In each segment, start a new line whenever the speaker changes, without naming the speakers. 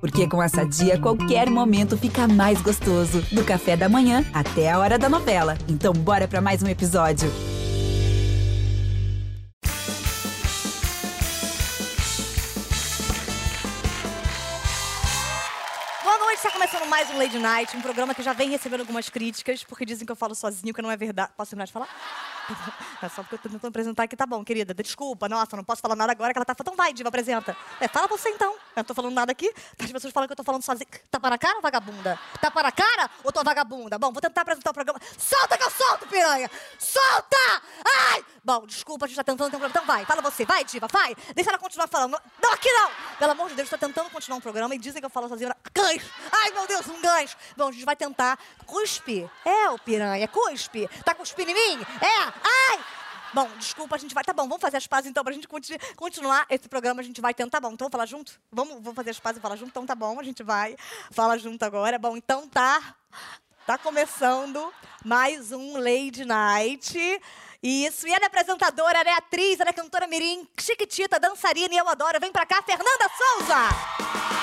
Porque com essa dia, qualquer momento fica mais gostoso. Do café da manhã até a hora da novela. Então, bora para mais um episódio.
Boa noite, está começando mais um Lady Night, um programa que já vem recebendo algumas críticas, porque dizem que eu falo sozinho, que não é verdade. Posso terminar de falar? É só porque eu tô tentando apresentar aqui, tá bom, querida. Desculpa, nossa, não posso falar nada agora que ela tá falando. Então vai, Diva, apresenta. É, fala você então. Eu não tô falando nada aqui. As pessoas falam que eu tô falando sozinha. Tá para a cara, vagabunda? Tá para a cara ou tô vagabunda? Bom, vou tentar apresentar o programa. Solta que eu solto, piranha! Solta! Ai! Bom, desculpa, a gente tá tentando ter um programa. Então vai, fala você, vai, Diva, vai. Deixa ela continuar falando. Não, aqui não! Pelo amor de Deus, tô tentando continuar um programa e dizem que eu falo sozinha. Cães! Ai, meu Deus, um gancho! Bom, a gente vai tentar. tá? Cuspe! É, o piranha, cuspe! Tá cuspindo em mim? É! Ai! Bom, desculpa, a gente vai. Tá bom, vamos fazer as pazes então, pra gente conti- continuar esse programa. A gente vai tentar. Tá bom, então vamos falar junto? Vamos, vamos fazer as pazes e falar junto? Então tá bom, a gente vai. Fala junto agora. Bom, então tá. Tá começando mais um Lady Night. Isso, e ela é apresentadora, ela é atriz, ela é cantora mirim, chiquitita, dançarina e eu adoro. Vem pra cá, Fernanda Souza!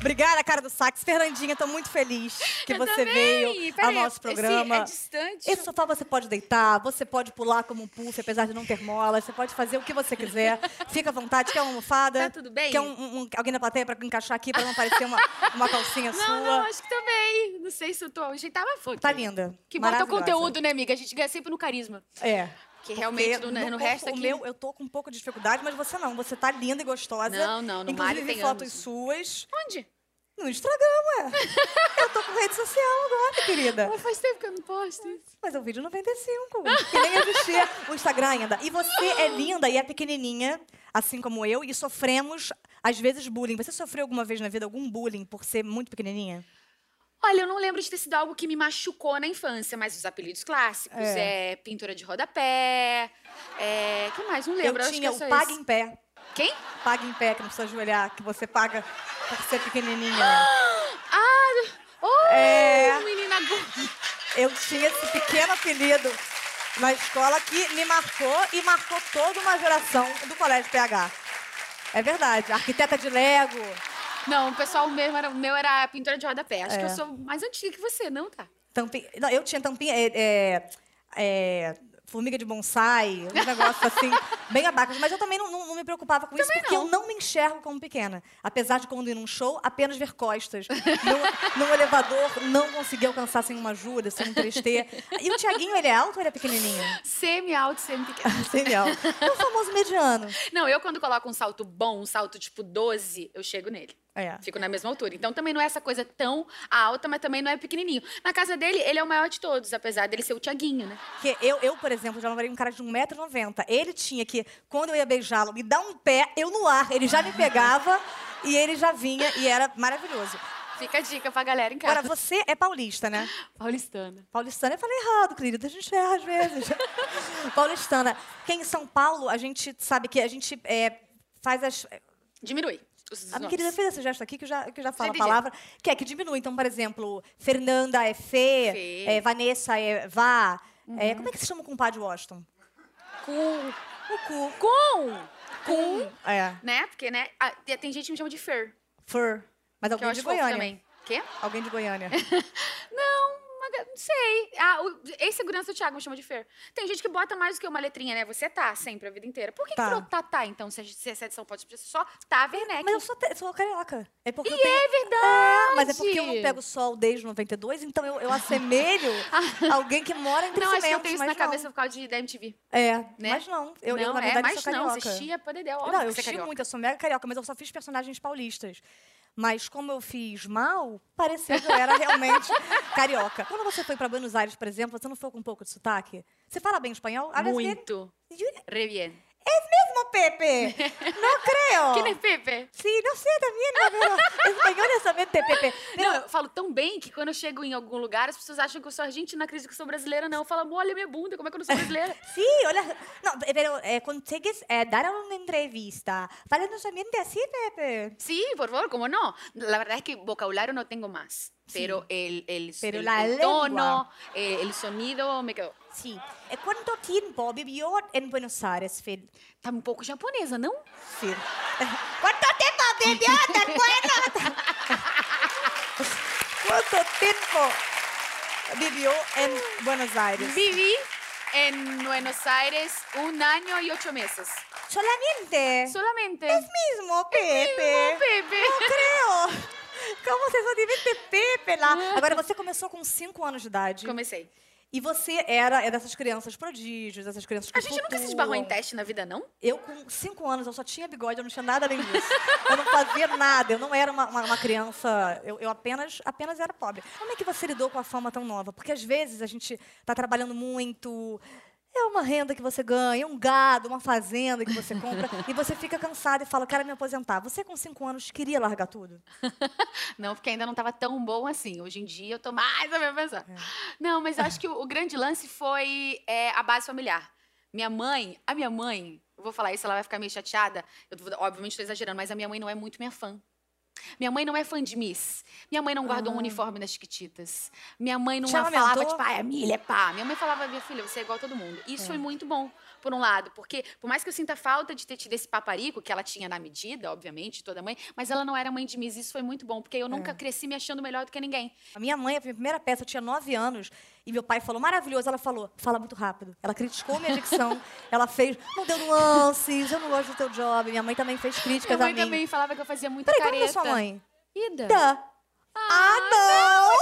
Obrigada, cara do sax. Fernandinha, tô muito feliz que
Eu
você
também.
veio ao
Peraí,
nosso
esse
programa.
é distante?
Esse sofá você pode deitar, você pode pular como um puff, apesar de não ter molas, você pode fazer o que você quiser. Fica à vontade, quer uma almofada?
Tá tudo bem?
Quer um- um- um- alguém na plateia pra encaixar aqui, pra não parecer uma, uma calcinha
Não,
sua?
não, acho que também. Não sei se eu tô. Achei tava foda.
Tá linda.
Que bota o
maravilhosa.
conteúdo, né, amiga? A gente ganha sempre no carisma.
É. Porque
Que realmente no, né, no
corpo-
resto
O
aqui.
meu, eu tô com um pouco de dificuldade, mas você não. Você tá linda e gostosa.
Não, não, no
Inclusive,
Mário tem né?
fotos
anos.
suas.
Onde?
No Instagram, ué. Eu tô com rede social agora, querida.
Mas faz tempo que eu não posto isso.
Mas é um vídeo 95. Que nem existia o Instagram ainda. E você é linda e é pequenininha, assim como eu, e sofremos, às vezes, bullying. Você sofreu alguma vez na vida algum bullying por ser muito pequenininha?
Olha, eu não lembro de ter sido algo que me machucou na infância, mas os apelidos clássicos é, pintura de rodapé. É. que mais? Não lembro.
eu
acho
tinha
que é
o
só
Paga
esse.
em Pé.
Quem?
Paga em Pé, que não precisa ajoelhar, que você paga por ser pequenininha.
Ah! Oh,
É.
menina gorda.
Eu tinha esse pequeno apelido na escola que me marcou e marcou toda uma geração do Colégio PH. É verdade. Arquiteta de Lego.
Não, o pessoal mesmo era, o meu era pintura de rodapé. Acho que
É.
eu sou mais antiga que você, não tá?
Tampinha. Não, eu tinha tampinha. É, é, é, formiga de bonsai, um negócio assim, bem abacas. Mas eu também não, não- não me preocupava com isso, porque eu não me enxergo como pequena. Apesar de quando ir num show, apenas ver costas. Num, num elevador, não conseguir alcançar sem uma ajuda, sem um 3T. E o Tiaguinho, ele é alto ou ele é pequenininho?
Semi-alto, semi-pequeno.
Entendeu? É o famoso mediano.
Não, eu quando coloco um salto bom, um salto tipo 12, eu chego nele.
É.
Fico na mesma altura. Então também não é essa coisa tão alta, mas também não é pequenininho. Na casa dele, ele é o maior de todos, apesar dele ser o Tiaguinho, né?
Porque eu, eu, por exemplo, já namorei um cara de 1,90m. Ele tinha que, quando eu ia beijá-lo, me dar um pé, eu no ar. Ele já me pegava e ele já vinha e era maravilhoso.
Fica a dica pra galera em casa.
Agora, você é paulista, né?
Paulistana.
Paulistana, eu falei errado, querida, a gente erra às vezes. Paulistana, porque em São Paulo, a gente sabe que a gente é, faz as...
Diminui. Os
A minha
nomes.
Ah, querida fez esse gesto aqui, que eu já, que eu já falo
Entendi.
a palavra, que é que diminui. Então, por exemplo, Fernanda é Fê,
Fê.
é, Vanessa é Vá. É, como é que se chama o compadre Washington?
Com.
O cu.
Com! Com.
É.
Né? Porque, né? ah, tem tem gente que me chama de Fer,
Fur. Mas
que eu
alguém de
acho fofo
Goiânia.
também. É Quê?
Alguém de Goiânia.
Não, mas eu não sei. Ah, o ex-segurança do Thiago me chama de Fer. Tem gente que bota mais do que uma letrinha, né? Você tá sempre a vida inteira. Por que
Tá.
tá. que tá, tá, então? Se a gente- se essa edição pode ser só tá Werneck.
mas eu sou, te- sou carioca. É porque eu
E
tenho...
é verdade!
Ah, mas é porque eu não pego sol desde 92, então eu, eu assemelho alguém que mora em
Ah. Não, acho que eu tenho
Cimentos,
isso na
mas
cabeça por causa de, da MTV.
não. É,
né?
mas não. Eu, eu,
não,
na
é,
verdade,
mas
sou carioca.
não, existia Podedel, óbvio
não,
que
eu
você é
xi
carioca.
muito, eu sou mega carioca, mas eu só fiz personagens paulistas. Mas como eu fiz mal, parecia que eu era realmente carioca. Quando você foi pra Buenos Aires, por exemplo, você não foi com um pouco de sotaque? Você fala bem espanhol? A veces-
Muito. Re bien.
mesmo Pepe. No creo.
¿Quién es Pepe?
Sí, no sé también, no, pero español es somente Pepe. Pero
Não, eu falo tão bem que quando eu chego em algum lugar, as pessoas acham que eu sou argentina, acreditam que eu sou brasileira, não. Eu falo, olha minha bunda, como é que eu não sou brasileira?
Sí, hola. No, pero eh, consigues eh, dar una entrevista. Fálanos también de así, Pepe.
Sí, por favor, ¿cómo no? La verdad es que vocabulario no tengo más, pero el, el,
Pero
el-
la
el
lengua.
tono, eh, el sonido me quedó.
Sí. Eh, ¿Cuánto tiempo vivió en Buenos Aires, Phil?
Tá um pouco japonesa, não?
Sí. ¿Cuánto tiempo vivió en Buenos ¿Cuánto tiempo vivió en Buenos Aires?
Vivi en Buenos Aires un año y ocho meses.
Solamente.
Solamente.
mismo, Pepe.
Ô, Pepe.
Não creio! Como você só devia ter Pepe lá?
É.
Agora, você começou com 5 anos de idade.
Comecei.
E você era é dessas crianças prodígios, dessas crianças que
A gente nunca se esbarrou em teste na vida, não?
Eu, com 5 anos, eu só tinha bigode, eu não tinha nada além disso. eu não fazia nada, eu não era uma, uma- uma criança... Eu, eu apenas, apenas era pobre. Como é que você lidou com a fama tão nova? Porque, às vezes, a gente tá trabalhando muito... É uma renda que você ganha, um gado, uma fazenda que você compra, e você fica cansado e fala, quero me aposentar. Você, com 5 anos, queria largar tudo?
Não, porque ainda não estava tão bom assim. Hoje em dia eu tô mais a minha pessoa. Não, mas eu acho que o, o grande lance foi é, a base familiar. Minha mãe, a minha mãe, eu vou falar isso, ela vai ficar meio chateada. Eu, vou- obviamente estou exagerando, mas a minha mãe não é muito minha fã. Minha mãe não é fã de Miss. Minha mãe não guardou um uniforme das Chiquititas. Minha mãe não
Te
falava,
amamentou?
tipo, ai, Amília, é pá. Minha mãe falava, minha filha, você é igual a todo mundo. Isso foi muito bom, por um lado, porque por mais que eu sinta falta de ter tido esse paparico, que ela tinha na medida, obviamente, toda mãe, mas ela não era mãe de Miss. Isso foi muito bom, porque eu
É.
nunca cresci me achando melhor do que ninguém.
A minha mãe, a minha primeira peça, eu tinha 9 anos, e meu pai falou, maravilhoso. Ela falou, fala muito rápido. Ela criticou minha dicção, ela fez, não deu nuances, eu não gosto do teu job. Minha mãe também fez críticas
Minha mãe
a mim.
também falava que eu fazia muita
Peraí, como
careta.
é sua mãe?
Ida.
Tá. Ah, não!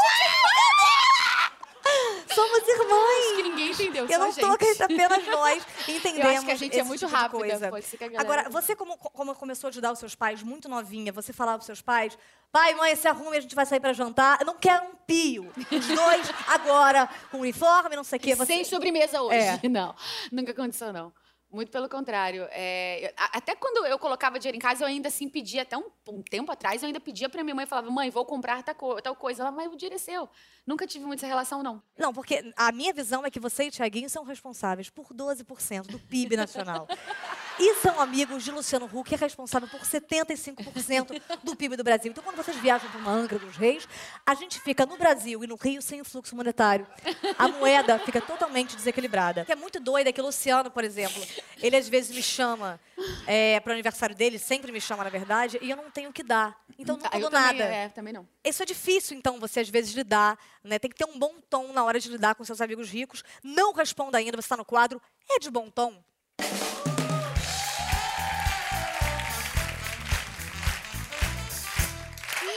Somos
Acho que
irmãs!
ninguém entendeu,
Eu
só
não
gente.
tô acreditando, apenas nós entendemos
Eu acho que a gente é
esse
muito
tipo de
rápida,
coisa.
pode ser que a galera-
Agora, você como, como começou a ajudar os seus pais muito novinha, você falava pros seus pais, pai, mãe, se arrume, a gente vai sair pra jantar, eu não quero um pio. Os dois, agora, com uniforme, não sei o quê.
E
Você...
Sem sobremesa hoje.
É.
Não, nunca aconteceu, não. Muito pelo contrário. é, eu- a- até quando eu colocava dinheiro em casa, eu ainda assim pedia, até um, um tempo atrás, eu ainda pedia pra minha mãe, falava, mãe, vou comprar ta co- tal coisa. Ela, mas o dinheiro é seu. Nunca tive muito essa relação, não.
Não, porque a minha visão é que você e Tiaguinho são responsáveis por 12% do PIB nacional. e são amigos de Luciano Huck, que é responsável por 75% do PIB do Brasil. Então, quando vocês viajam para uma Angra dos Reis, a gente fica no Brasil e no Rio sem o fluxo monetário. A moeda fica totalmente desequilibrada. O que é muito doido é que o Luciano, por exemplo, ele às vezes me chama para o aniversário dele, sempre me chama, na verdade, e eu não tenho o que dar. Então, eu
Ah,
nunca dou
eu também,
nada.
é, também não.
Isso é difícil, então, você às vezes lidar, né? Tem que ter um bom tom na hora de lidar com seus amigos ricos. Não responda ainda, você está no quadro. É de bom tom?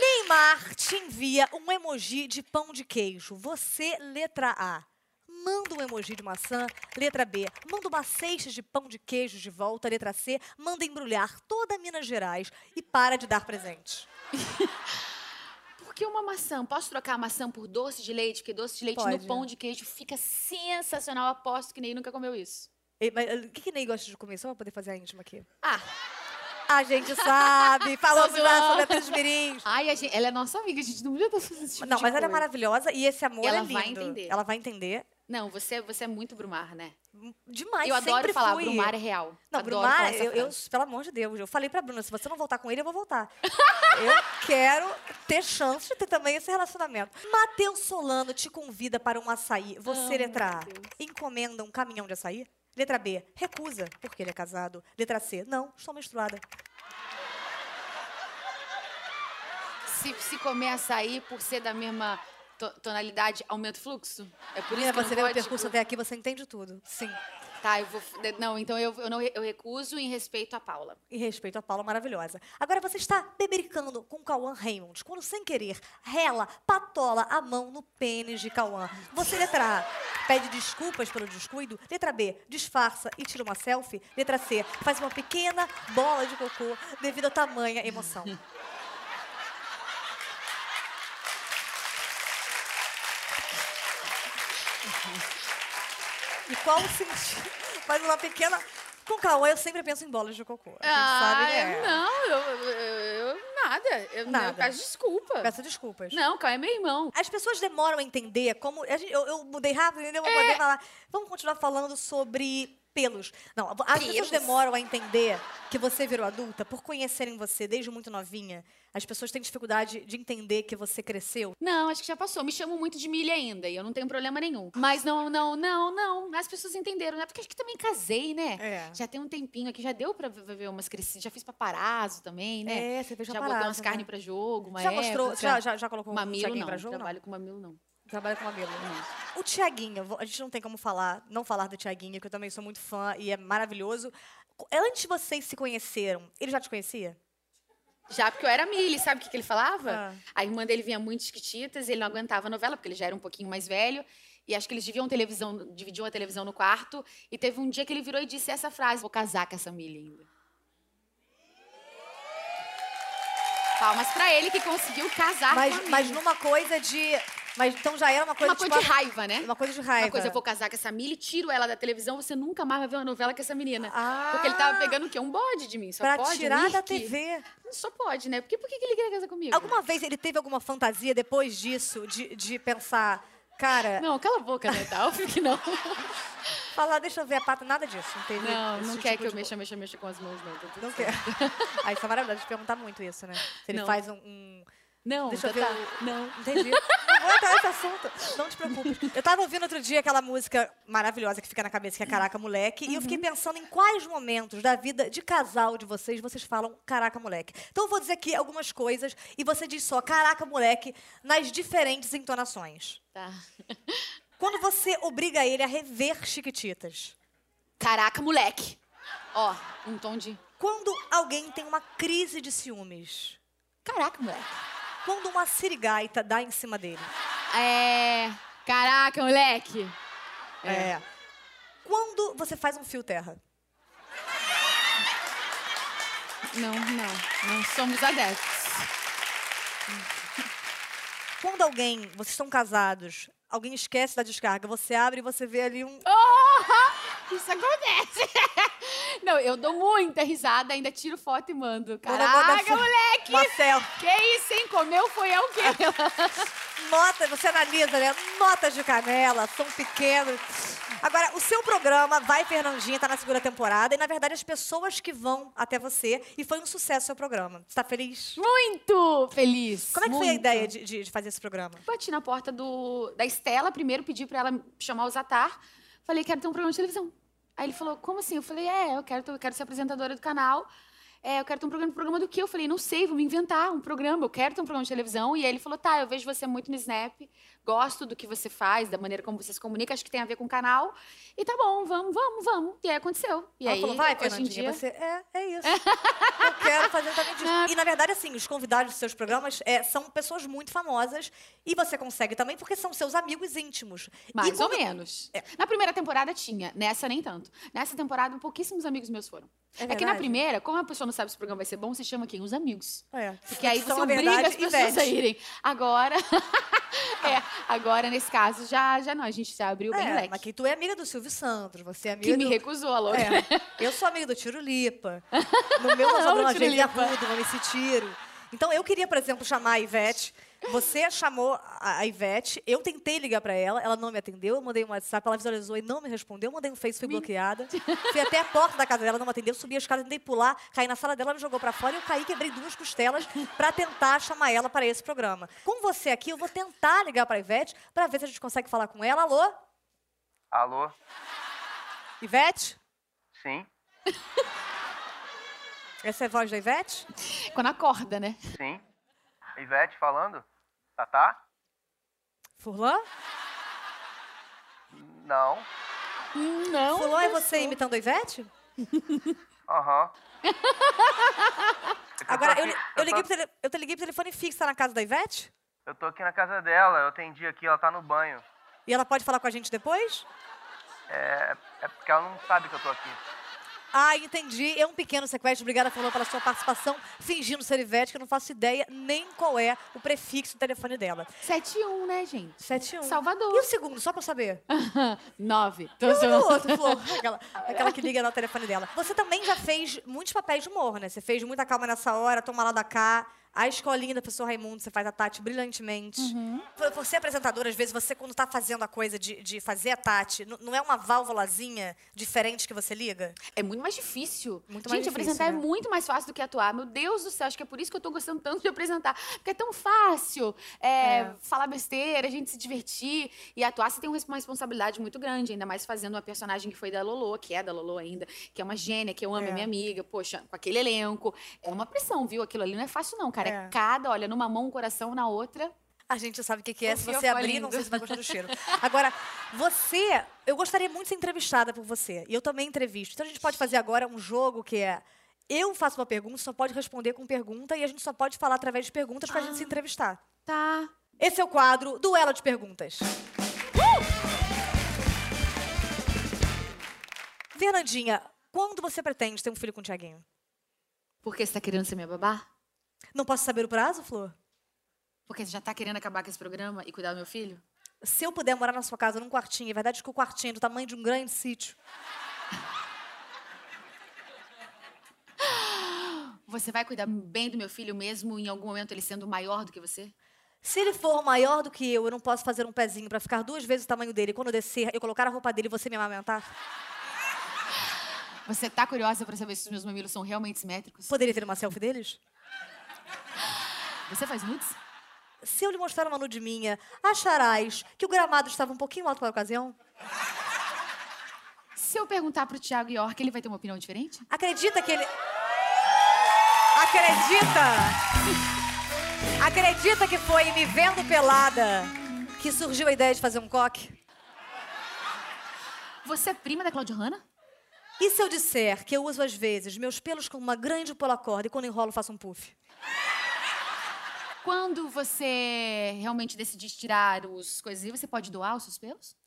Neymar te envia um emoji de pão de queijo. Você, letra A, manda um emoji de maçã. Letra B, manda uma cesta de pão de queijo de volta. Letra C, manda embrulhar toda Minas Gerais e para de dar presente.
Por que uma maçã? Posso trocar a maçã por doce de leite? Porque doce de leite
Pode.
no pão de queijo fica sensacional. Aposto que nem nunca comeu isso.
Ei, mas, eh, O que, que Ney gosta de comer? Só pra poder fazer a íntima aqui.
Ah,
A gente sabe! Falamos
Só
lá
zoando.
sobre a Três Mirins.
ai, a gente- ela é nossa amiga, a gente não podia estar fazendo esse tipo
Não,
de
mas ela é
coisa.
maravilhosa e esse amor é
Ela
lindo.
vai entender.
Ela vai entender.
Não, você, você é muito Brumar, né?
Demais,
eu adoro
sempre
falar,
fui.
Brumar é real.
Não,
adoro falar
Brumar,
essa
eu, eu-
frase.
pelo amor de Deus, eu falei pra Bruna, se você não voltar com ele, eu vou voltar. eu quero ter chance de ter também esse relacionamento. Matheus Solano te convida para um açaí. Você,
Amo,
letra A,
Matheus.
encomenda um caminhão de açaí? Letra B, recusa, porque ele é casado. Letra C, não, estou menstruada.
Se, se comer açaí por ser da mesma to- tonalidade, aumenta o fluxo? É por isso
Menina,
que
você
não
vê o
pode,
percurso
tipo,
até aqui, você entende tudo. Sim.
Tá, eu vou... de- Não, então eu, eu, não, eu recuso em respeito à Paula.
E respeito a Paula maravilhosa. Agora você está bebericando com Cauã Raymond, quando sem querer rela, patola a mão no pênis de Cauã. Você, letra A, pede desculpas pelo descuido. Letra B, disfarça e tira uma selfie. Letra C, faz uma pequena bola de cocô devido à tamanha emoção. E qual o sentido? Faz uma pequena Com Cauã, eu sempre penso em bolas de cocô. A gente
Ah,
sabe,
eu-
né?
não, eu, eu- eu- nada. Eu, não,
Nada.
eu peço desculpa.
Peço desculpas.
Não, Caio é meu irmão.
As pessoas demoram a entender como. a gente- eu, eu mudei rápido, entendeu? Pra
É.
poder falar. Vamos continuar falando sobre pelos. Não, as pessoas
Pelos.
demoram a entender que você virou adulta por conhecerem você desde muito novinha. As pessoas têm dificuldade de entender que você cresceu.
Não, acho que já passou. Me chamam muito de milha ainda e eu não tenho problema nenhum. Mas não, não, não, não. As pessoas entenderam, né? Porque acho que também casei, né?
É.
Já tem um tempinho aqui, já deu pra ver ver umas crescidas. Já fiz paparazzo também, né?
É, você fez
já
paparazzo,
botei umas
né?
carnes pra jogo, uma
Já mostrou,
época.
já, já, já colocou um
Mamilo
tiaguinho
não,
pra jogo?
trabalho com mamilo não.
Não. Trabalha com mamilo. né? O Tiaguinho, vo- a gente não tem como falar, não falar do Tiaguinho, que eu também sou muito fã e é maravilhoso. Co- Antes de vocês se conheceram, ele já te conhecia?
Já porque eu era Mili, sabe o que, que ele falava?
Ah.
A irmã dele vinha muito chiquititas, ele não aguentava a novela, porque ele já era um pouquinho mais velho. E acho que eles dividiam televisão, dividiam a televisão no quarto. E teve um dia que ele virou e disse essa frase: Vou casar com essa Mili ainda. Palmas pra ele que conseguiu casar com a
Mas,
Mili.
mas numa coisa de. Mas então já era uma coisa,
Uma coisa
tipo,
de raiva, né?
Uma coisa de raiva.
Uma coisa, eu vou casar com essa Mili, tiro ela da televisão, você nunca mais vai ver uma novela com essa menina.
Ah.
Porque ele tava pegando o quê? Um bode de mim. Só
Pra
pode. um
tirar da
irque.
TV.
Só pode, né? Porque por que que ele queria casar comigo?
Alguma vez ele teve alguma fantasia depois disso, de, de pensar, cara,
Não, cala a boca, né? Tá óbvio que não.
falar, deixa eu ver a pata, nada disso. Não, teve
Não,
esse
não
tipo
quer que
de
eu
co-
mexa, mexa, mexa com as mãos, não. tá tudo
Não quer.
certo.
Aí isso é maravilhoso de perguntar muito isso, né? Se ele
Não.
faz um. um-
Não, tá,
Deixa eu
Tatá,
ver o-
não.
Entendi. Não vou entrar nesse assunto. Não te preocupes. Eu tava ouvindo outro dia aquela música maravilhosa que fica na cabeça, que é Caraca Moleque, e eu fiquei pensando em quais momentos da vida de casal de vocês vocês falam Caraca Moleque. Então eu vou dizer aqui algumas coisas e você diz só Caraca Moleque nas diferentes entonações.
Tá.
Quando você obriga ele a rever Chiquititas.
Caraca, moleque. Ó, um tom de...
Quando alguém tem uma crise de ciúmes.
Caraca, moleque.
Quando uma sirigaita dá em cima dele.
É... Caraca, moleque.
É. Quando você faz um fio terra.
Não, não. Não somos adeptos.
Quando alguém, vocês estão casados, alguém esquece da descarga, você abre e você vê ali um.
Isso acontece. Não, eu dou muita risada, ainda tiro foto e mando.
Quando eu vou dar
Caraca,
fo-
moleque.
Uma selfie.
Que isso, hein? Comeu foi eu que...
Nota, você analisa, né? Notas de canela, são pequenos. Agora, o seu programa Vai Fernandinha tá na segunda temporada e, na verdade, as pessoas que vão até você e foi um sucesso o seu programa. Você tá feliz?
Muito feliz.
Como é que foi a
muito.
ideia de, de- de fazer esse programa?
Bati na porta do, da Estela, primeiro pedi pra ela chamar o Zatar. Falei, quero ter um programa de televisão. Aí ele falou, como assim? Eu falei, é, eu quero, ter- eu quero ser apresentadora do canal. É, eu quero ter um programa. Programa do quê? Eu falei, não sei, vou me inventar um programa. Eu quero ter um programa de televisão. E aí ele falou, tá, eu vejo você muito no Snap. Gosto do que você faz, da maneira como você se comunica. Acho que tem a ver com o canal. E tá bom, vamos, vamos, vamos. E aí aconteceu. E
Ela
aí,
falou, vai,
hoje em
Fernandinha,
dia...
você... É, é isso. Eu quero fazer exatamente isso.
Ah.
E, na verdade, assim, os convidados dos seus programas é, são pessoas muito famosas e você consegue também porque são seus amigos íntimos. E
Mais ou
quando-
menos. É. Na primeira temporada tinha, nessa nem tanto. Nessa temporada, pouquíssimos amigos meus foram.
É
É, que na
verdade?
primeira, como a pessoa não sabe se o programa vai ser bom, você chama quem? Os amigos.
É.
Porque aí
São
você
a
obriga
verdade
as
e
pessoas a
veste.
irem. Agora. é, agora, nesse caso, já, já não. A gente já abriu bem o
É,
leque.
mas
Que,
que tu é amiga do Silvio Santos, você é amiga
me
do...
recusou, a louca.
É, eu sou amiga do Tiro Lipa. No meu
Amo
nós
Tiro
gente
Lipa.
agudo, vamos esse tiro. Então eu queria, por exemplo, chamar a Ivete. Você chamou a a Ivete, eu tentei ligar pra ela, ela não me atendeu, eu mandei um WhatsApp, ela visualizou e não me respondeu, eu mandei um Face, fui bloqueada. Fui até a porta da casa dela, não me atendeu, subi a escada, tentei pular, caí na sala dela, ela me jogou pra fora e eu caí, quebrei duas costelas pra tentar chamar ela para esse programa. Com você aqui, eu vou tentar ligar pra Ivete pra ver se a gente consegue falar com ela. Alô?
Alô?
Ivete?
Sim,
Essa é a voz da Ivete?
Quando acorda, né?
sim. Ivete falando? Tatá?
Furlan?
Não.
Não.
Fulon é você imitando a Ivete?
Aham. Eu tô
Agora,
aqui-
eu, li- eu, liguei
tô,
pro tele, eu te liguei pro telefone fixo, tá na casa da Ivete?
eu tô aqui na casa dela, eu atendi aqui, ela tá no banho.
E ela pode falar com a gente depois?
É, é porque ela não sabe que eu tô aqui.
Ah, entendi. É um pequeno sequestro. Obrigada, falou pela sua participação, fingindo ser Ivete, que eu não faço ideia nem qual é o prefixo do telefone dela.
7-1, né, gente?
71.
Salvador.
E o segundo, só pra eu saber?
9.
E o outro, Flor? Aquela, aquela que liga no telefone dela. Você também já fez muitos papéis de humor, né? Você fez muita calma nessa hora, toma lá da cá. A escolinha da professor Raimundo, você faz a Tati brilhantemente. Vo- Você é apresentadora, às vezes, você quando tá fazendo a coisa de, de fazer a Tati, n- não é uma válvulazinha diferente que você liga?
É muito mais difícil.
Muito
Gente,
mais difícil,
apresentar
né?
é muito mais fácil do que atuar. Meu Deus do céu, acho que é por isso que eu tô gostando tanto de apresentar. Porque é tão fácil é,
É.
falar besteira, a gente se divertir. E atuar, você tem um res- uma responsabilidade muito grande, ainda mais fazendo uma personagem que foi da Lolo, que é da Lolo ainda, que é uma gênia, que eu amo, é,
É.
minha amiga. Poxa, com aquele elenco. É uma pressão, viu? Aquilo ali não é fácil, não, cara. É,
É.
cada, olha, numa mão, um coração, na outra.
A gente sabe o que, que é. Se
Confia,
você abrir,
Paulinho.
não sei se vai gostar do cheiro. Agora, você. Eu gostaria muito de ser entrevistada por você. E eu também entrevisto. Então a gente pode fazer agora um jogo que é. Eu faço uma pergunta, só pode responder com pergunta e a gente só pode falar através de perguntas pra gente se entrevistar.
Tá.
Esse é o quadro Duelo de Perguntas. Uh! Fernandinha, quando você pretende ter um filho com o Tiaguinho?
Porque você tá querendo ser minha babá?
Não posso saber o prazo, Flor?
Porque você já tá querendo acabar com esse programa e cuidar do meu filho?
Se eu puder morar na sua casa, num quartinho, é verdade que o quartinho é do tamanho de um grande sítio.
Você vai cuidar bem do meu filho mesmo em algum momento ele sendo maior do que você?
Se ele for maior do que eu, eu não posso fazer um pezinho pra ficar duas vezes o tamanho dele. Quando eu descer, eu colocar a roupa dele e você me amamentar?
Você tá curiosa pra saber se os meus mamilos são realmente simétricos?
Poderia ter uma selfie deles?
Você faz muitos?
Se eu lhe mostrar uma nude minha, acharás que o gramado estava um pouquinho alto para a ocasião?
Se eu perguntar pro Thiago York, ele vai ter uma opinião diferente?
Acredita que ele. Acredita! Acredita que foi me vendo pelada que surgiu a ideia de fazer um coque?
Você é prima da Claudio Hanna?
E se eu disser que eu uso às vezes meus pelos como uma grande pela corda e quando enrolo faço um puff?
Quando você realmente decidir tirar os coisas, você pode doar os seus pelos?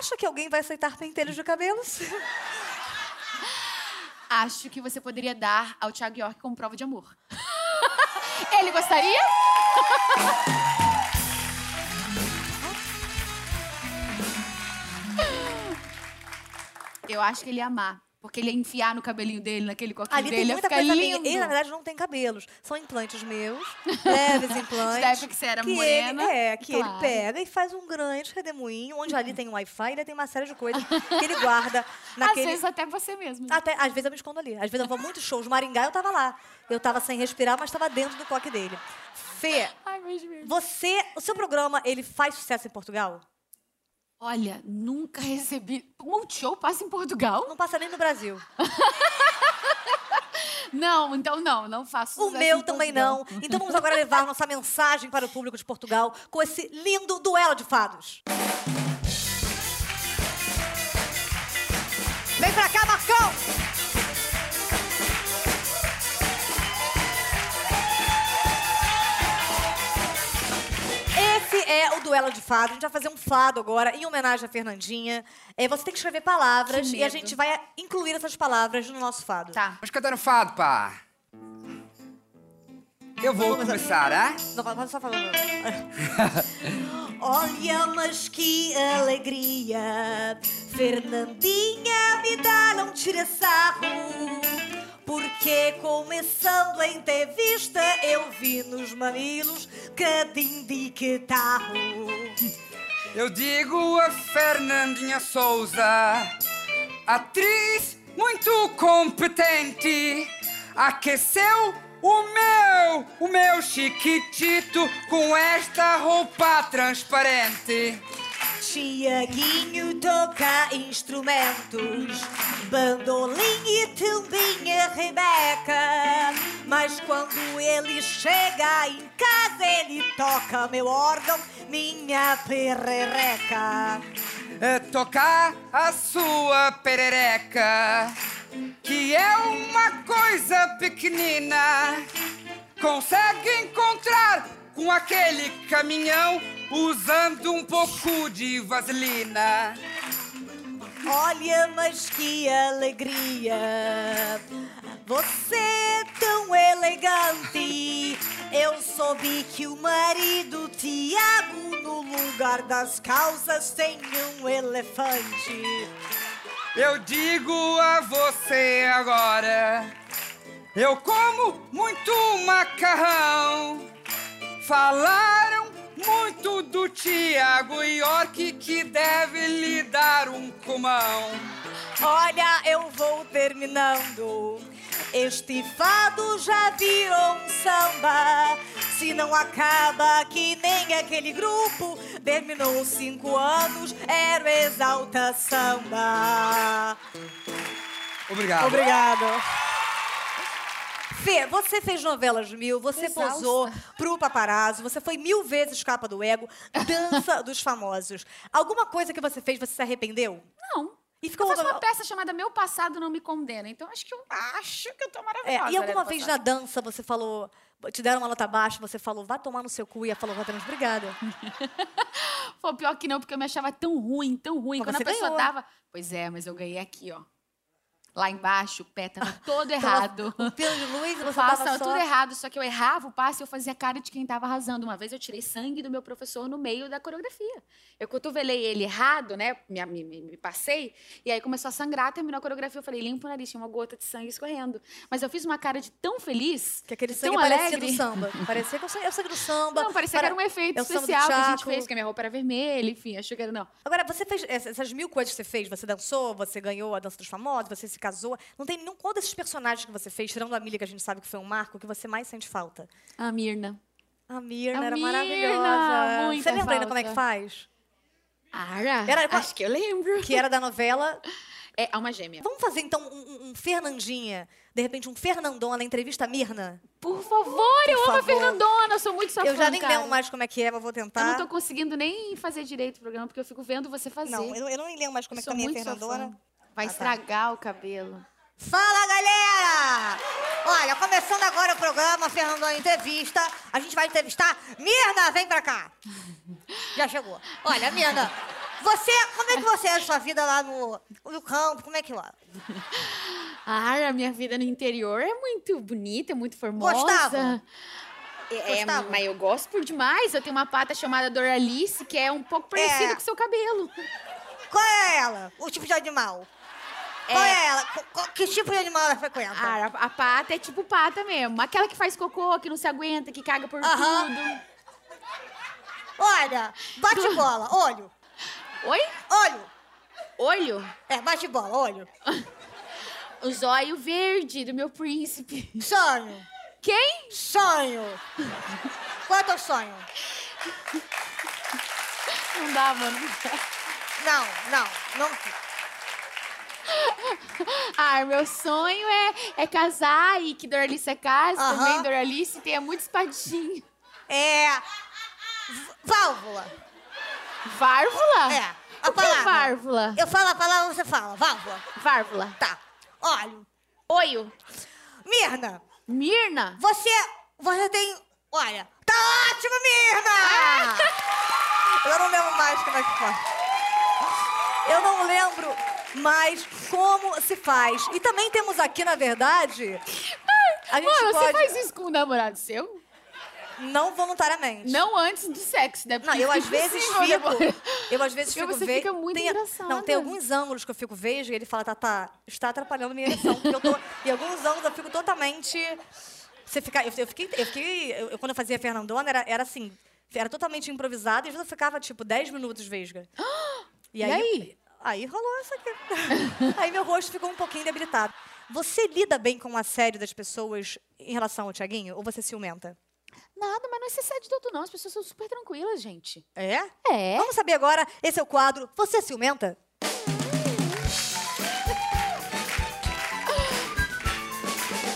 Acha que alguém vai aceitar pentelhos de cabelos?
Acho que você poderia dar ao Thiago York como prova de amor. ele gostaria? Eu acho que ele ia amar. Porque ele ia enfiar no cabelinho dele, naquele coquinho
Ali
dele,
tem
ia
muita
ficar
coisa minha.
lindo.
Ele, na verdade, não tem cabelos. São implantes meus, leves implantes.
Da época que você era
que
morena.
Ele, é, que ele
Claro. Uhum.
pega e faz um grande redemoinho, onde ali tem um Wi-Fi, ele tem uma série de coisas que ele guarda naquele. Ah.
Às vezes até você mesmo.
Até, às vezes eu me escondo ali. Às vezes eu vou a muitos shows. Maringá, eu tava lá. Eu tava sem respirar, mas tava dentro do coque dele. Fê,
Ai, meu Deus.
você... O seu programa, ele faz sucesso em Portugal?
Olha, nunca recebi... O Multishow passa em Portugal?
Não passa nem no Brasil.
Não, então não, não faço.
O
sucesso
meu
em
também
Portugal.
não. Então vamos agora levar nossa mensagem para o público de Portugal com esse lindo duelo de fados. Vem pra cá, Marcão! Esse é o duelo de fado. A gente vai fazer um fado agora em homenagem à Fernandinha. É, você tem que escrever palavras
Que
e a
medo.
gente vai incluir essas palavras no nosso fado.
Tá.
Mas cantar um fado, pá! Eu vou começar, ah?
Não, pa- passa só falando. Olha, mas que alegria Fernandinha me dá, não tira sarro Porque começando a entrevista Eu vi nos mamilos Cadim de catarro
Eu digo a Fernandinha Souza, atriz muito competente, aqueceu o meu, o meu chiquitito com esta roupa transparente.
Tiaguinho toca instrumentos, bandolim e também a Rebeca. Mas quando ele chega em casa, ele toca meu órgão, minha perereca.
A É, tocar a sua perereca, que é uma coisa pequenina, consegue encontrar com aquele caminhão usando um pouco de vaselina.
Olha, mas que alegria! Você é tão elegante! Eu soube que o marido Tiago, no lugar das calças, tem um elefante.
Eu digo a você agora. Eu como muito macarrão. Falaram muito do Tiago York que deve lhe dar um comão.
Olha, eu vou terminando. Este fado já virou um samba. Se não acaba que nem aquele grupo, terminou os cinco anos, era o exalta samba.
Obrigado.
Obrigado. Fê, você fez novelas mil, você
Exausta.
posou pro paparazzo, você foi mil vezes capa do ego, dança dos famosos. Alguma coisa que você fez, você se arrependeu?
Não.
E ficou
Eu faço uma peça chamada Meu Passado Não Me Condena. Então acho que eu acho que eu tô
É,
maravilhosa.
e alguma
né, do
vez na
passado.
dança você falou, te deram uma nota baixa, você falou, vá tomar no seu cu, e ela falou, Vatrans, obrigada.
Foi ah, pior que não, porque eu me achava tão ruim, tão ruim.
Mas
Quando a
você
pessoa
ganhou.
dava. Pois é, mas eu ganhei aqui, ó. Lá embaixo, o pé tava todo errado.
O pelo de luz,
O
você
passo
tava
tava tudo
só...
errado, só que eu errava o passo e eu fazia cara de quem tava arrasando. Uma vez eu tirei sangue do meu professor no meio da coreografia. Eu cotovelei ele errado, né? Me, me- me- me passei, e aí começou a sangrar, terminou a coreografia. Eu falei, limpa o nariz, tinha uma gota de sangue escorrendo. Mas eu fiz uma cara de tão feliz.
Que aquele
de
sangue
tão
parecia
alegre.
do samba. Parecia que eu sangue, é o sangue do samba.
Não, parecia que
Para-
era um efeito
é o samba do
especial que a gente
Chaco.
fez, que a minha roupa era vermelha, enfim, achou que era. Não.
Agora, você fez ess- essas mil coisas que você fez, você dançou, você ganhou a dança dos famosos, você se casou. Não tem nenhum qual desses personagens que você fez, tirando a Milly, que a gente sabe que foi um marco, que você mais sente falta?
A Mirna.
A Mirna
A
era
Mirna,
maravilhosa.
muita
você lembra ainda como é que
falta.
faz?
Ara?
Era-
acho que eu lembro.
Que era da novela
É, alma gêmea.
Vamos fazer então um, um- um Fernandinha, de repente um Fernandona, entrevista à Mirna?
Por favor, eu amo
favor.
a Fernandona, eu sou muito sua
eu
fã,
já nem
cara.
lembro mais como é que é, mas vou tentar.
Tá Eu não tô conseguindo nem fazer direito o programa, porque eu fico vendo você fazer.
Não, eu, eu não lembro mais como
Eu
é que
sou
também é
muito sua
Fernandona.
fã. Vai
Ah, tá.
estragar o cabelo.
Fala, galera! Olha, começando agora o programa Fernandona Entrevista, a gente vai entrevistar Mirna, vem pra cá! Já chegou. Olha, Mirna, você, como é que você é a sua vida lá no, no campo, como é que é?
Ah, a minha vida no interior é muito bonita, é muito formosa.
Gostava?
É, é,
Gostava?
mas eu gosto por demais. Eu tenho uma pata chamada Doralice, que é um pouco parecida
É.
com o seu cabelo.
Qual é ela? O tipo de animal? Qual é ela? Qu- qual- que tipo de animal ela frequenta?
Ah, a, a pata é tipo pata mesmo. Aquela que faz cocô, que não se aguenta, que caga por
Aham.
tudo.
Olha, bate bola, olho,
Oi?
olho.
Olho?
É, bate bola, olho.
O zóio verde do meu príncipe.
Sonho,
Quem?
sonho. Quanto eu sonho?
Não dá, mano. não dá.
Não, não, não.
Ah, meu sonho é, é casar e que Doralice é casa
Aham.
também. Doralice tenha muito espadinho.
É. v- Válvula.
Várvula?
É, a
o que é
palavra.
várvula?
Eu falo a palavra, você fala. Válvula.
Várvula.
Tá. Olho.
Oio.
Mirna,
Mirna.
você. Você tem. Olha. Tá ótimo, Mirna!
Ah!
Eu não lembro mais como é que faz. Eu não lembro mais como se faz. E também temos aqui, na verdade. A gente
Mano,
pode.
você faz isso com o namorado seu?
Não voluntariamente.
Não antes do sexo, né? Porque
Não, eu
fica
às vezes
impossível, né,
fico.
amor?
Eu às vezes
Porque
fico
você
ve-
fica muito
tem,
engraçada.
Não, tem alguns ângulos que eu fico vejo e ele fala, Tata, está atrapalhando minha ereção. porque eu tô- e alguns ângulos eu fico totalmente. Você fica, eu, eu fiquei. Eu fiquei eu- eu- quando eu fazia Fernandona, era, era assim, era totalmente improvisado e às vezes eu ficava, tipo, 10 minutos vesga.
E aí?
Aí rolou essa aqui. aí meu rosto ficou um pouquinho debilitado. Você lida bem com o assédio das pessoas em relação ao Tiaguinho? Ou você é ciumenta?
Nada, mas não é ser sede do outro, não. As pessoas são super tranquilas, gente.
É?
É.
Vamos saber agora, esse é o quadro Você Ciumenta?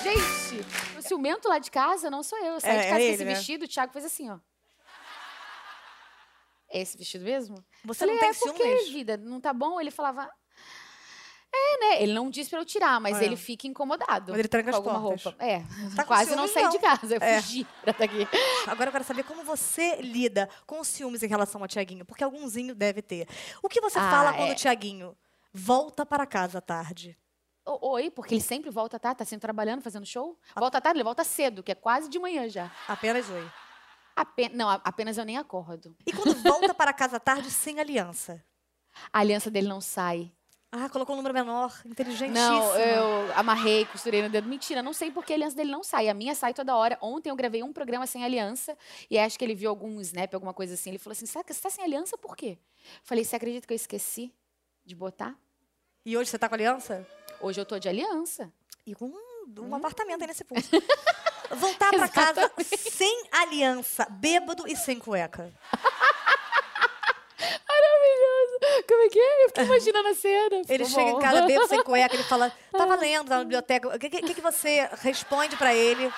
Gente, o ciumento lá de casa não sou eu. Eu saí
É, é
de casa com
ele,
esse
né?
vestido, o Thiago fez assim, ó. É esse vestido mesmo?
Você
Falei,
não tem
é, por que,
ciúmes?
vida? Não tá bom? Ele falava... É, né? Ele não diz pra eu tirar, mas
É.
ele fica incomodado.
Mas ele tranca
com
as
alguma
portas.
roupa. É,
Tá com
quase não
ciúmes,
saí de
então.
casa, eu
É.
fugi pra tá aqui.
Agora eu quero saber como você lida com os ciúmes em relação ao Tiaguinho, porque algumzinho deve ter. O que você
Ah,
fala quando
é.
o Tiaguinho volta para casa à tarde.
O- Oi, porque ele sempre volta, tá? Tá sempre trabalhando, fazendo show.
Ah.
Volta tarde, ele volta cedo, que é quase de manhã já.
Apenas oi.
Apen- não, a- apenas eu nem acordo.
E quando volta para casa à tarde sem aliança?
A aliança dele não sai.
Ah, colocou um número menor, inteligentíssimo.
Não, eu amarrei, costurei no dedo. Mentira, não sei porque a aliança dele não sai. A minha sai toda hora. Ontem eu gravei um programa sem aliança e acho que ele viu algum snap, alguma coisa assim. Ele falou assim: Saca, você tá sem aliança por quê? Falei: Você acredita que eu esqueci de botar?
E hoje você tá com aliança?
Hoje eu tô de aliança.
E com um,
Hum.
um apartamento aí nesse pulso. Voltar para casa sem aliança, bêbado e sem cueca.
Maravilhoso! Como é que é? Eu fiquei imaginando a cena.
Ele
Ficou
chega
bom.
em casa bêbado, sem cueca, ele fala, tava lendo na biblioteca, o que, que- que você responde pra ele?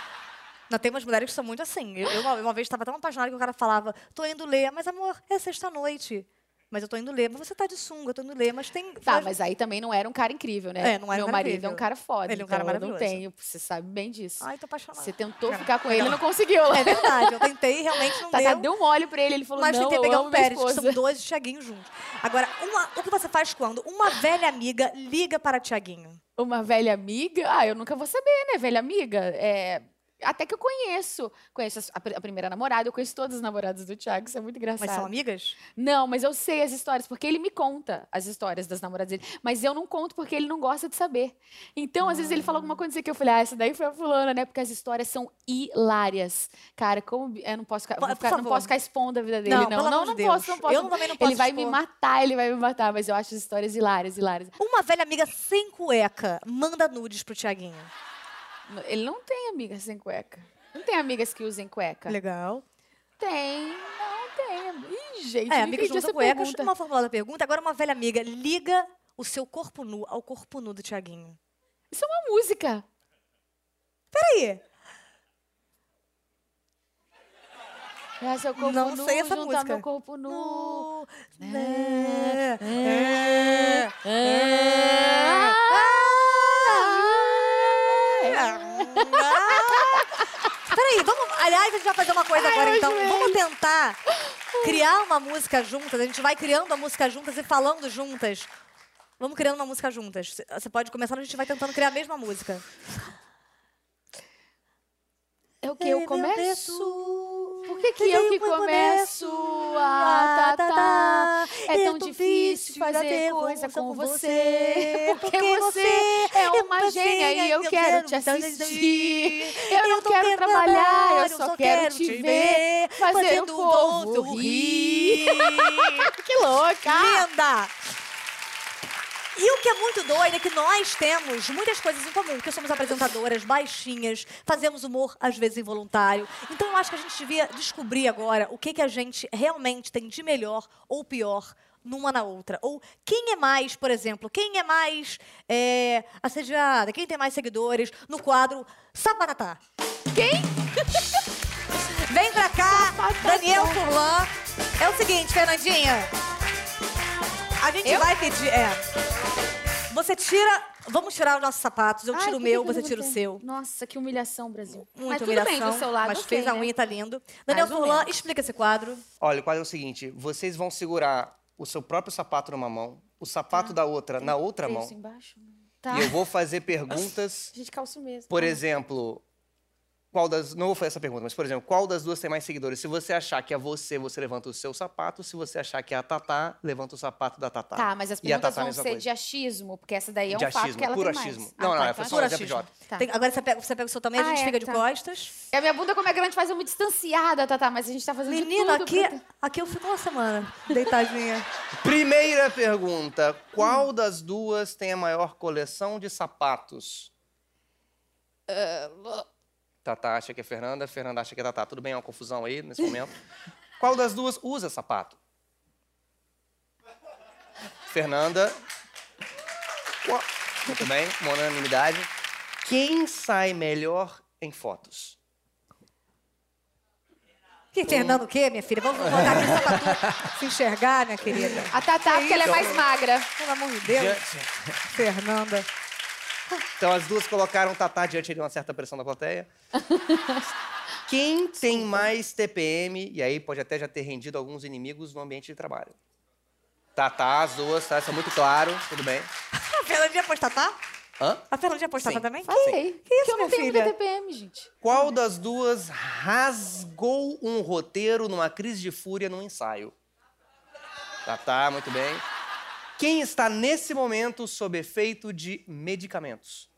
Não, tem umas mulheres que são muito assim. Eu, eu uma, uma vez estava tão apaixonada que o cara falava, tô indo ler, mas amor, é sexta-noite. Mas eu tô indo ler, mas você tá de sunga, eu tô indo ler, mas tem...
Tá, mas aí também não era um cara incrível, né?
É, não era
Meu
um cara
marido é um
incrível.
cara foda.
Ele é um cara
então eu Não
maravilhoso.
tenho, você sabe bem disso.
Ai, tô apaixonada.
Você tentou ficar com ele e não conseguiu.
É verdade, eu tentei, realmente não
Tatá
deu.
deu um óleo pra ele, ele falou,
Mas
não,
tentei
eu
pegar
amo
um
minha
Pérez, que
esposa.
são dois Tiaguinhos juntos. Agora, uma- o que você faz quando uma velha amiga liga para Tiaguinho?
Uma velha amiga? Ah, eu nunca vou saber, né, velha amiga? É, Até que eu conheço. Conheço a, pr- a primeira namorada, eu conheço todas as namoradas do Thiago, isso é muito engraçado.
Mas são amigas?
Não, mas eu sei as histórias, porque ele me conta as histórias das namoradas dele. Mas eu não conto porque ele não gosta de saber. Então, às vezes, ele fala alguma coisa que eu falei, ah, essa daí foi a fulana, né? Porque as histórias são hilárias. Cara, como. Eu não posso ficar, vou
Por
ficar- não
favor.
posso ficar expondo a vida dele,
Não,
não.
pelo
não,
amor de
não
Deus.
posso, não posso.
Eu não- também não posso
Ele vai me
expor.
matar, ele vai me matar, mas eu acho as histórias hilárias, hilárias.
Uma velha amiga sem cueca manda nudes pro Tiaguinho.
Ele não tem amigas sem cueca. Não tem amigas que usem cueca.
Legal.
Tem, não tem. Ih, gente,
É,
me
amigas
entendi
não
essa
usam cueca.
pergunta.
Uma formulada pergunta. Agora, uma velha amiga liga o seu corpo nu ao corpo nu do Tiaguinho.
Isso é uma música.
Peraí.
É seu corpo
Não
nu,
sei essa
juntar
música.
meu corpo nu.
Nu. Né.
Né, né,
É. É. Ah! Peraí, vamos. Aliás, a gente vai fazer uma coisa agora, então. Vamos tentar criar uma música juntas. A gente vai criando a música juntas e falando juntas. Vamos criando uma música juntas. C- Você pode começar, a gente vai tentando criar a mesma música.
É o que eu começo? Por que, que
Ele
eu que
foi
começo? Ah, tá, tá. É tão difícil fazer coisa com você. Porque você é uma gênia e eu quero te assistir. Eu não quero trabalhar, eu só quero te ver. Fazer o povo rir. Que louca!
Linda! E o que é muito doido é que nós temos muitas coisas em comum, porque somos apresentadoras baixinhas, fazemos humor às vezes involuntário. Então eu acho que a gente devia descobrir agora o que, que a gente realmente tem de melhor ou pior numa na outra. Ou quem é mais, por exemplo, quem é mais é, assediada, quem tem mais seguidores no quadro Sapatatá.
Quem?
Vem pra cá,
Sapatatá.
Daniel Furlan. É o seguinte, Fernandinha. A gente
Eu?
vai pedir. É. Você tira. Vamos tirar os nossos sapatos. Eu
Ai,
tiro o
por que
meu,
que eu
você
não
tira o
botei?
seu.
Nossa, que humilhação, Brasil.
Muita
mas tudo
humilhação.
bem do seu lado,
mas
ok,
fez a
né?
unha, tá lindo. Daniel
ou
Furlan,
menos.
explica esse quadro.
Olha, o quadro é o seguinte: vocês vão segurar o seu próprio sapato numa mão, o sapato
Tá.
da outra na outra
Preço
mão.
embaixo. Tá.
E eu vou fazer perguntas.
A gente calça mesmo.
Por
Tá.
exemplo, qual das. Não vou fazer essa pergunta, mas, por exemplo, qual das duas tem mais seguidores? Se você achar que é você, você levanta o seu sapato. Se você achar que é a Tatá, levanta o sapato da Tatá.
Tá, mas as
E a
perguntas
Tatá, a
vão
mesma
ser
coisa.
de achismo, porque essa daí é um
De
fato
achismo,
que ela
puro
tem
achismo.
mais.
Não, não,
tá,
é
então
só
tá.
de FJ.
Tá.
Tem- agora você pega, você pega o seu também,
Ah,
a gente
é,
fica de
tá.
costas.
E a minha bunda, como é grande, faz eu me distanciada, Tatá, mas a gente tá fazendo de tudo. tá.
Menina, aqui,
pra ter-
aqui eu fico uma semana deitadinha.
Primeira pergunta: qual das duas tem a maior coleção de sapatos? Tatá acha que é Fernanda, Fernanda acha que é Tatá. Tudo bem, é uma confusão aí nesse momento. qual das duas usa sapato? Fernanda. Qua- Muito bem, uma unanimidade. Quem sai melhor em fotos?
Que Fernando o quê, minha filha? Vamos colocar aqui só pra tu se enxergar, minha querida.
A Tatá, porque ela é mais magra.
Pelo amor de Deus,
Diante-
Fernanda.
Então as duas colocaram Tatá diante de uma certa pressão da plateia. Quem tem mais TPM, e aí pode até já ter rendido alguns inimigos no ambiente de trabalho. Tatá, as duas, tá? Isso é muito claro, tudo bem.
A Fernandinha pode
tá?
tatar?
Hã?
A Fernandinha pode tatar
Sim.
também?
Falei.
Que isso,
eu não
minha
tenho
filha?
DTPM, gente.
Qual das duas rasgou um roteiro numa crise de fúria num ensaio? Tatá, muito bem. Quem está nesse momento sob efeito de medicamentos?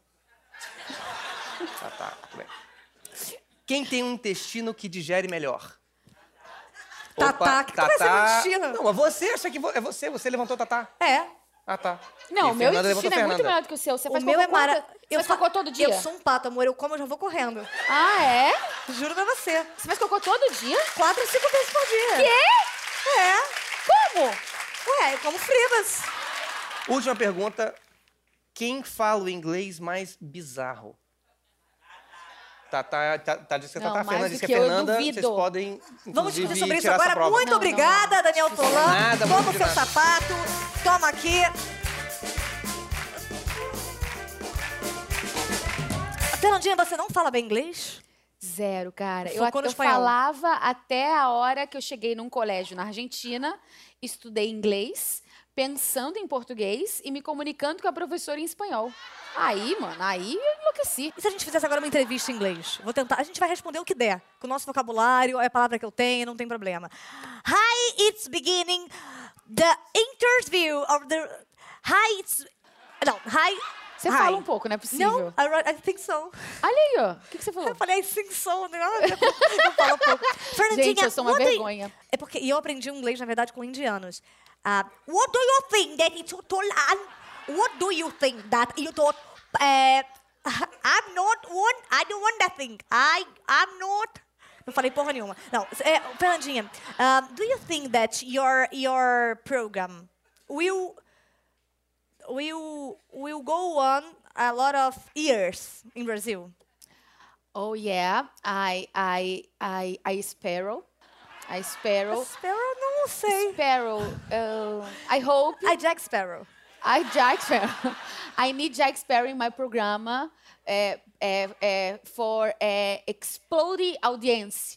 Tatá, muito bem. Quem tem um intestino que digere melhor?
Tatá, que que vai ser meu intestino?
Não, mas você acha que vo- é você, você levantou Tatá.
É.
Ah, tá.
Não,
E
o meu
Fernanda
intestino
levantou
é muito
Fernanda.
melhor do que o seu. Você
O
faz
meu
cocô
é mara...
toda- Você faz
fa-
cocô todo dia?
Eu sou um pato, amor. Eu como, eu já vou correndo.
Ah, é?
Juro pra você.
Você faz cocô todo dia?
Quatro, cinco vezes por dia. Quê? É.
Como?
Ué, eu como fritas.
Última pergunta. Quem fala o inglês mais bizarro? Tá, tá, tá, tá diz que é
Não,
Tatá.
mais
Fernanda
do
disse que
que
é
eu
Fernanda.
duvido.
Vocês podem,
Vamos
inclusive,
discutir sobre isso
tirar essa
agora.
prova.
Muito
Não, não,
obrigada, Daniel Tolan.
nada,
Toma
muito
o seu
nada.
sapato. Toma aqui. Fernandinha, você não fala bem inglês?
Zero, cara. Eu,
Focou no
eu
espanhol.
falava até a hora que eu cheguei num colégio na Argentina, estudei inglês, pensando em português e me comunicando com a professora em espanhol. Aí, mano, aí eu enlouqueci.
E se a gente fizesse agora uma entrevista em inglês? Vou tentar. A gente vai responder o que der. Com o nosso vocabulário, é a palavra que eu tenho, não tem problema. Hi, it's beginning the interview of the. Hi, it's. Não, hi.
Você
hi.
fala um pouco, não é possível?
Não, I, wrote- I think so.
Olha aí, ó. O que, que você falou?
Eu falei, I think so. Não, eu falo um pouco. Fernandinha,
Gente, eu sou uma
what do you-
vergonha.
É porque e eu aprendi inglês, na verdade, com indianos. Ah, what do you think that it's Tolan? What do you think that you thought? eh, I'm not one. I don't want that thing. I I'm not. Não falei porra nenhuma. Não, é, Fernandinha, ah, do you think that your your program will will will go on a lot of years in Brazil?
Oh yeah, I I I I sparrow. I
Oh.
sparrow.
Sparrow, não sei.
Sparrow. uh, I hope
I Jack Sparrow.
I Jack Sparrow. I need Jack Sparrow in my programa eh, eh, eh, for eh, exploding audience.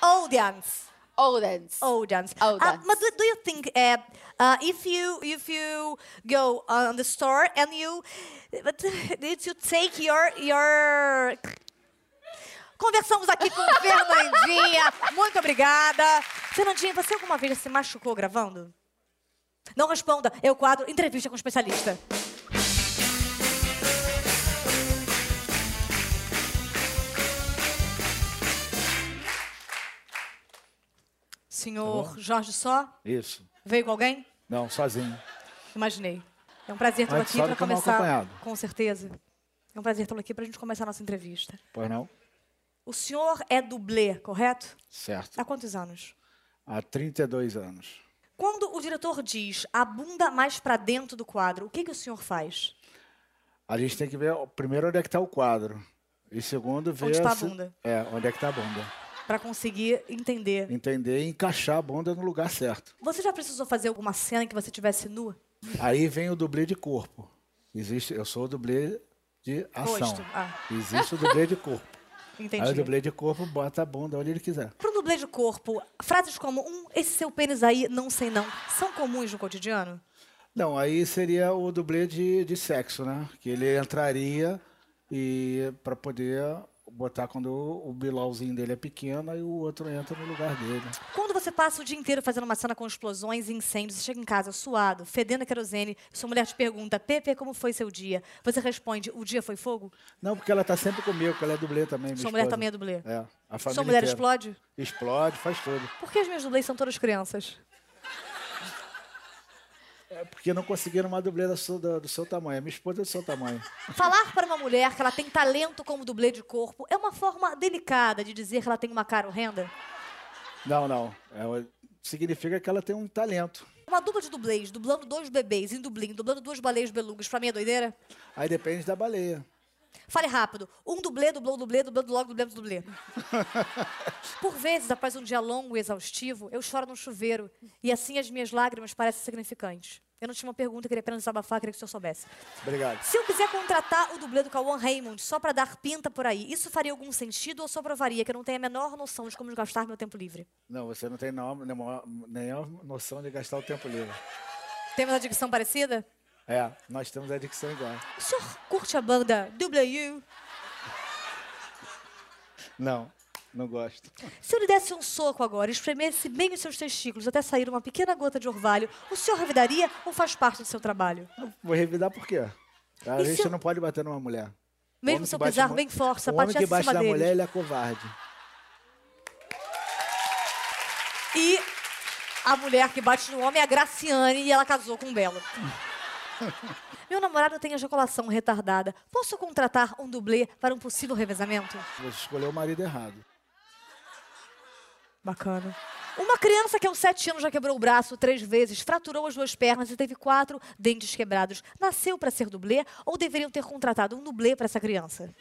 Audience.
Audience.
Oh, dance.
Oh,
Uh,
dance.
but do, do you think uh, uh, if you if you go on the store and you but did you take your your Conversamos aqui com Fernandinha. Muito obrigada. Fernandinha, você alguma vez já se machucou gravando? Não responda. É o quadro Entrevista com o Especialista. Senhor Jorge Só,
Isso.
veio com alguém?
Não, sozinho.
Imaginei. É um prazer tê-lo
Antes
aqui
só
para
do que mal
começar.
acompanhado.
Com certeza. É um prazer tê-lo aqui para a gente começar a nossa entrevista.
Pois não?
O senhor é dublê, correto?
Certo.
Há quantos anos?
Há 32 anos.
Quando o diretor diz a bunda mais para dentro do quadro, o que, que o senhor faz?
A gente tem que ver, ó, primeiro, onde é que está o quadro. E segundo, ver...
tá a
se-
bunda?
É, onde é que está a bunda.
Para conseguir entender.
Entender e encaixar a bunda no lugar certo.
Você já precisou fazer alguma cena que você tivesse nua?
Aí vem o dublê de corpo. Existe, eu sou o dublê de ação.
Rosto, ah.
Existe o dublê de corpo. Aí o
Entendi.
dublê de corpo bota a bunda onde ele quiser.
Para um dublê de corpo, frases como um, esse seu pênis aí, não sei não, são comuns no cotidiano?
Não, aí seria o dublê de, de sexo, né? Que ele entraria e para poder botar quando o bilauzinho dele é pequeno e o outro entra no lugar dele.
Quando você passa o dia inteiro fazendo uma cena com explosões e incêndios, você chega em casa suado, fedendo a querosene, sua mulher te pergunta, Pepe, como foi seu dia? Você responde, o dia foi fogo?
Não, porque ela tá sempre comigo, porque ela é dublê também. minha
Sua mulher
esposa.
também é dublê.
É, a família
Sua mulher
inteira.
explode?
Explode, faz tudo.
Por que as minhas dublês são todas crianças?
É porque não conseguiram uma dublê da sua- da- do, seu tamanho. A minha esposa é do seu tamanho.
Falar para uma mulher que ela tem talento como dublê de corpo é uma forma delicada de dizer que ela tem uma cara horrenda?
Não, não. Ela- significa que ela tem um talento.
Uma dupla de dublês, dublando dois bebês em Dublin, dublando duas baleias belugas, pra mim é doideira?
Aí depende da baleia.
Fale rápido. Um dublê, dublou, dublê, dublê, logo, dublê, dublê. Por vezes, após um dia longo e exaustivo, eu choro num chuveiro e assim as minhas lágrimas parecem significantes. Eu não tinha uma pergunta, eu queria apenas desabafar, queria que o senhor soubesse.
Obrigado.
Se eu quiser contratar o dublê do Cauan Raymond só pra dar pinta por aí, isso faria algum sentido ou só provaria que eu não tenho a menor noção de como gastar meu tempo livre?
Não, você não tem nenhuma, nenhuma noção de gastar o tempo livre.
Temos a dicção parecida?
É, nós temos a dicção igual.
O senhor curte a banda W?
Não, não gosto.
Se eu lhe desse um soco agora e espremesse bem os seus testículos até sair uma pequena gota de orvalho, o senhor revidaria ou faz parte do seu trabalho?
Vou revidar por quê? A
E
gente
se-
não pode bater numa mulher.
Mesmo
Homem
se eu
que bate
pisar
mu-
bem forte,
O homem
sapatear
que
em
bate
cima
na
deles.
mulher, ele é covarde.
E a mulher que bate no homem é a Graciane e ela casou com o Belo. Meu namorado tem ejaculação retardada. Posso contratar um dublê para um possível revezamento?
Você escolheu o marido errado.
Bacana. Uma criança que aos sete anos já quebrou o braço três vezes, fraturou as duas pernas e teve quatro dentes quebrados. Nasceu para ser dublê ou deveriam ter contratado um dublê para essa criança?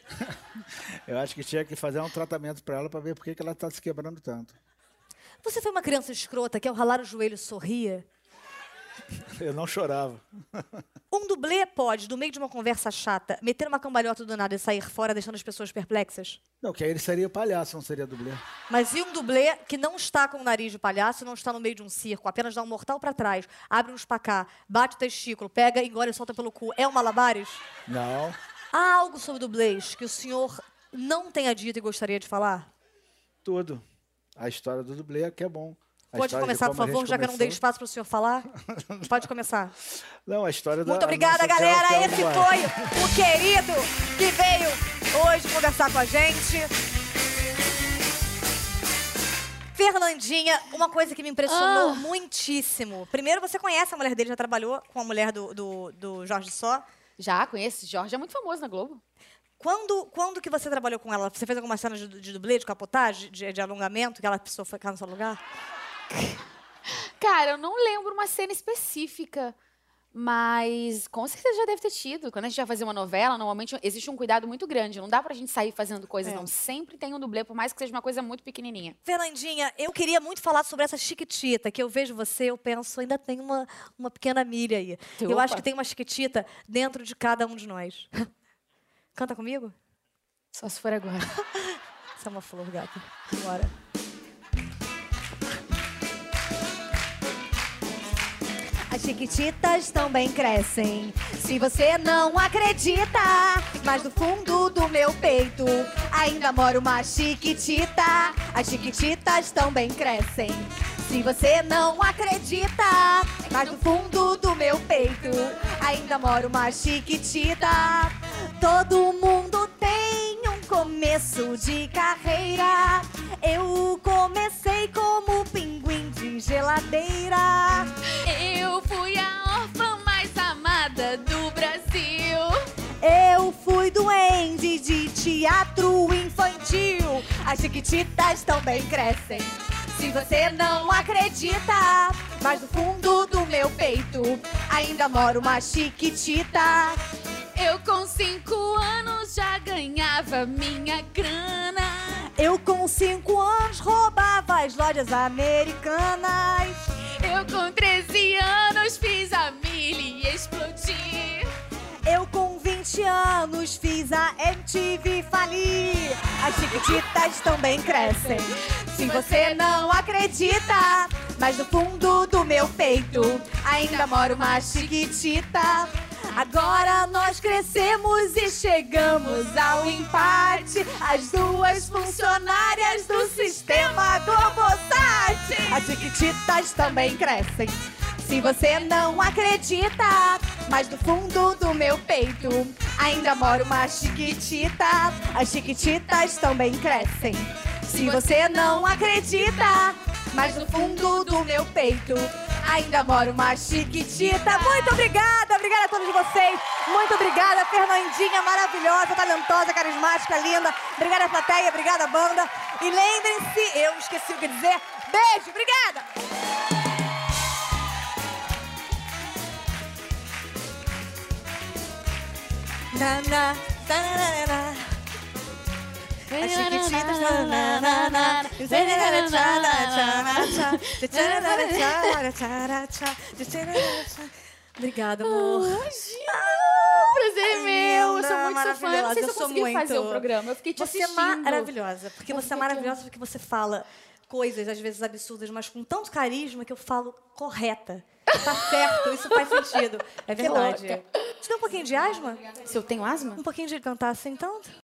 Eu acho que tinha que fazer um tratamento pra ela pra ver por que que ela tá se quebrando tanto.
Você foi uma criança escrota que ao ralar o joelho sorria?
Eu não chorava.
Um dublê pode, no meio de uma conversa chata, meter uma cambalhota do nada e sair fora deixando as pessoas perplexas?
Não, que aí ele seria palhaço, não seria dublê.
Mas e um dublê que não está com o nariz de palhaço, não está no meio de um circo, apenas dá um mortal pra trás, abre um espacá, bate o testículo, pega, engole e solta pelo cu. É um malabares?
Não.
Há algo sobre dublês que o senhor não tenha dito e gostaria de falar?
Tudo. A história do dublê é que é bom. A
Pode
história de
começar, por
como a gente
favor, já que eu não dei
começou.
espaço para o senhor falar. Pode começar.
Não, a história da
Muito
a
obrigada,
nossa é um
galera.
Thelma
Esse
Barros.
foi o querido que veio hoje conversar com a gente. Fernandinha, uma coisa que me impressionou muitíssimo. Primeiro, você conhece a mulher dele, já trabalhou com a mulher do, do, do Jorge Só.
Já conheço. Jorge é muito famoso na Globo.
Quando, quando que você trabalhou com ela? Você fez algumas cenas de, de dublê, de capotagem, de, de alongamento, que ela precisou ficar no seu lugar?
Cara, eu não lembro uma cena específica, mas com certeza já deve ter tido. Quando a gente vai fazer uma novela, normalmente existe um cuidado muito grande. Não dá pra gente sair fazendo coisas,
É.
não. Sempre tem um dublê, por mais que seja uma coisa muito pequenininha.
Fernandinha, eu queria muito falar sobre essa chiquitita, que eu vejo você, eu penso, ainda tem uma, uma pequena milha aí.
Tu,
Eu acho
opa.
que tem uma chiquitita dentro de cada um de nós. Canta comigo?
Só se for agora.
Isso é uma flor, gata. Bora. As chiquititas também crescem. Se você não acredita, mas no fundo do meu peito ainda mora uma chiquitita. As chiquititas também crescem. Se você não acredita, mas no fundo do meu peito ainda mora uma chiquitita. Todo mundo tem um começo de carreira. Eu comecei como pinguim de geladeira.
Eu fui a órfã mais amada do Brasil.
Eu fui duende de teatro infantil. As chiquititas também crescem. Se você não acredita, mas no fundo do meu peito ainda mora uma chiquitita.
Eu com cinco anos já ganhava minha grana.
Eu com cinco anos roubava as lojas americanas.
Eu com 13 anos fiz a milha explodir.
Eu com 20 anos fiz a MTV falir. As chiquititas também crescem. Se você não acredita, mas no fundo do meu peito ainda mora uma chiquitita. Agora nós crescemos e chegamos ao empate. As duas funcionárias do sistema Globosat. As chiquititas também crescem. Se você não acredita, mas no fundo do meu peito ainda mora uma chiquitita. As chiquititas também crescem. Se você não acredita, mas no fundo do meu peito ainda mora uma chiquitita. Muito obrigada, obrigada a todos vocês. Muito obrigada, Fernandinha, maravilhosa, talentosa, carismática, linda. Obrigada, plateia, obrigada, banda. E lembrem-se, eu esqueci o que dizer. Beijo, obrigada! Na, na, na, na, na. As chiquititas, na, na, na, na. Tcharará, tcharará, tcharará, tcharará, tcharará, tcharará, tcharará, tcharará. Obrigada, amor.
Prazer meu, eu sou
linda,
muito sua fã. Eu não
maravilhosa,
sei se eu
eu sou
consegui fazer o
muito.
programa. Eu fiquei te
Você é
assistindo.
maravilhosa. Porque
Eu
você é
fiquei
maravilhosa porque você fala coisas, às vezes absurdas, mas com tanto carisma que eu falo correta. Tá certo, isso faz sentido. É
Que
verdade. Te deu um pouquinho de asma?
Se eu tenho asma?
Um pouquinho de cantar assim tanto?